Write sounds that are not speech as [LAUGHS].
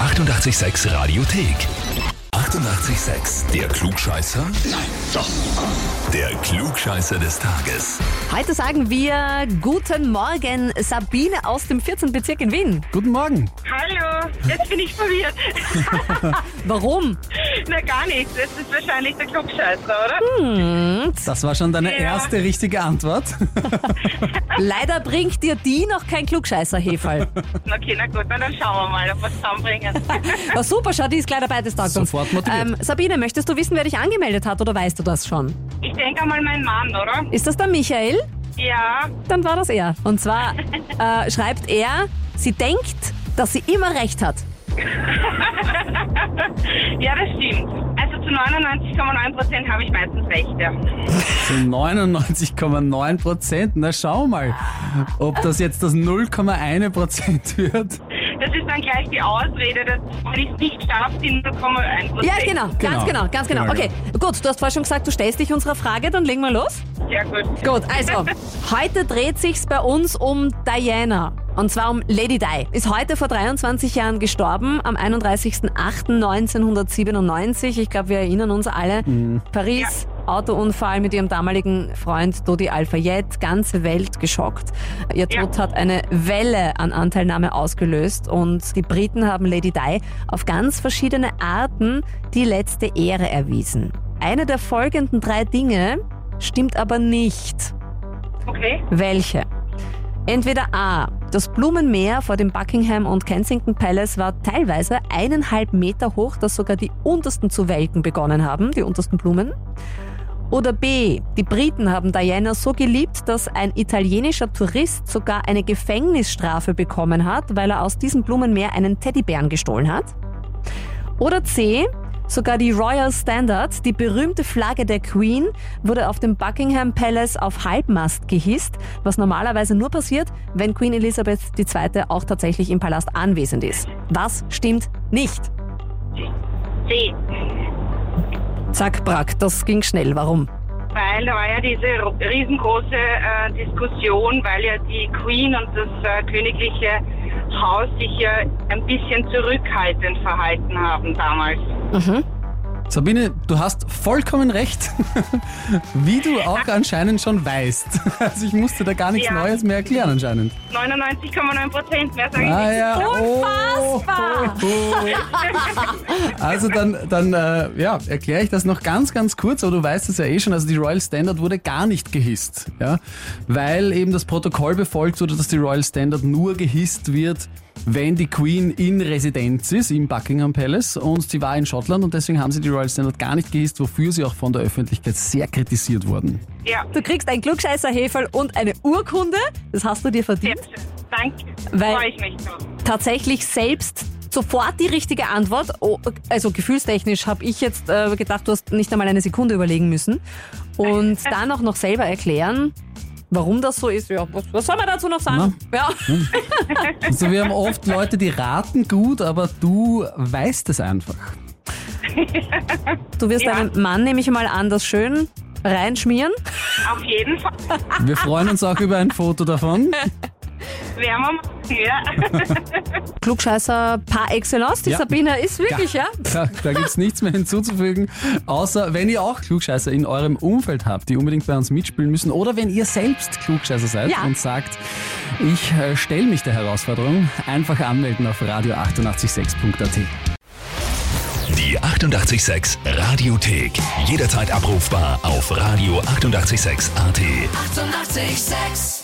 886 Radiothek. 88,6. Der Klugscheißer? Nein, doch. Der Klugscheißer des Tages. Heute sagen wir Guten Morgen, Sabine aus dem 14. Bezirk in Wien. Guten Morgen. Hallo, jetzt bin [LAUGHS] ich verwirrt. Warum? Na gar nicht, das ist wahrscheinlich der Klugscheißer, oder? Hm. Das war schon deine Ja. erste richtige Antwort. Leider bringt dir die noch kein klugscheißer [LAUGHS] Hefall. Okay, na gut, na, dann schauen wir mal, ob wir [LAUGHS] es zusammenbringen. War super, schau, die ist gleich dabei, das taugt uns. Sofort motiviert. Ähm, Sabine, möchtest du wissen, wer dich angemeldet hat oder weißt du das schon? Ich denke einmal mein Mann, oder? Ist das der Michael? Ja, Dann war das er. Und [LAUGHS] zwar äh, schreibt er, sie denkt, dass sie immer recht hat. ja, das stimmt. Also zu 99,9% habe ich meistens recht, ja. Zu 99,9 Prozent. Na schau mal, ob das jetzt das 0,1 Prozent wird. Das ist dann gleich die Ausrede, dass wenn ich es nicht schaffe, die 0,1%. Ja, genau, ganz Genau. genau, ganz genau. Genau, Okay, gut, du hast vorher schon gesagt, du stellst dich unserer Frage, dann legen wir los. Sehr gut. Gut, [LAUGHS] also, heute dreht sich's bei uns um Diana. Und zwar um Lady Di. Ist heute vor 23 Jahren gestorben, am 31.08.1997. Ich glaube, wir erinnern uns alle. Paris, Autounfall mit ihrem damaligen Freund Dodi Al-Fayed. Ganze Welt geschockt. Ihr Ja. Tod hat eine Welle an Anteilnahme ausgelöst. Und die Briten haben Lady Di auf ganz verschiedene Arten die letzte Ehre erwiesen. Eine der folgenden drei Dinge stimmt aber nicht. Okay. Welche? Entweder A. Das Blumenmeer vor dem Buckingham und Kensington Palace war teilweise eineinhalb Meter hoch, dass sogar die untersten zu welken begonnen haben, die untersten Blumen. Oder B. Die Briten haben Diana so geliebt, dass ein italienischer Tourist sogar eine Gefängnisstrafe bekommen hat, weil er aus diesem Blumenmeer einen Teddybären gestohlen hat. Oder C. Sogar die Royal Standard, die berühmte Flagge der Queen, wurde auf dem Buckingham Palace auf Halbmast gehisst, was normalerweise nur passiert, wenn Queen Elizabeth II. auch tatsächlich im Palast anwesend ist. Was stimmt nicht? C. Zack, brack, das ging schnell. Warum? Weil da war ja diese ro- riesengroße äh, Diskussion, weil ja die Queen und das äh, königliche Haus sich ja ein bisschen zurückhaltend verhalten haben damals. Sabine, du hast vollkommen recht, [LAUGHS] wie du auch anscheinend schon weißt. Also ich musste da gar nichts Ja. Neues mehr erklären anscheinend. 99,9 Prozent, mehr sage ich Ah, nicht. ja. Unfassbar! Oh, oh, oh. Also dann, dann äh, ja, erkläre ich das noch ganz, ganz kurz, aber du weißt es ja eh schon, also die Royal Standard wurde gar nicht gehisst, ja, weil eben das Protokoll befolgt wurde, dass die Royal Standard nur gehisst wird, wenn die Queen in Residenz ist, im Buckingham Palace und sie war in Schottland und deswegen haben sie die Royal Standard gar nicht gehisst, wofür sie auch von der Öffentlichkeit sehr kritisiert wurden. [LAUGHS] Ja. Du kriegst ein klugscheißer Heferl und eine Urkunde. Das hast du dir Sehr verdient. schön. Danke, Weil- freue ich mich drauf. tatsächlich selbst sofort die richtige Antwort. Oh, also gefühlstechnisch habe ich jetzt äh, gedacht, du hast nicht einmal eine Sekunde überlegen müssen. Und dann auch noch selber erklären, warum das so ist. Ja, was, was soll man dazu noch sagen? Ja. Also wir haben oft Leute, die raten gut, aber du weißt es einfach. Du wirst Ja. deinem Mann, nehme ich mal an, das schön reinschmieren. Auf jeden Fall Wir freuen uns auch über ein Foto davon. werden wir machen, ja. Klugscheißer par excellence. Die Ja. Sabine ist wirklich, ja? [LAUGHS] Da, da gibt's nichts mehr hinzuzufügen, außer wenn ihr auch Klugscheißer in eurem Umfeld habt, die unbedingt bei uns mitspielen müssen, oder wenn ihr selbst Klugscheißer seid Ja. und sagt, ich äh, stelle mich der Herausforderung, einfach anmelden auf radio886.at. Die 88,6 Radiothek. Jederzeit abrufbar auf radio886.at. 88,6. Eighty-eight, sex.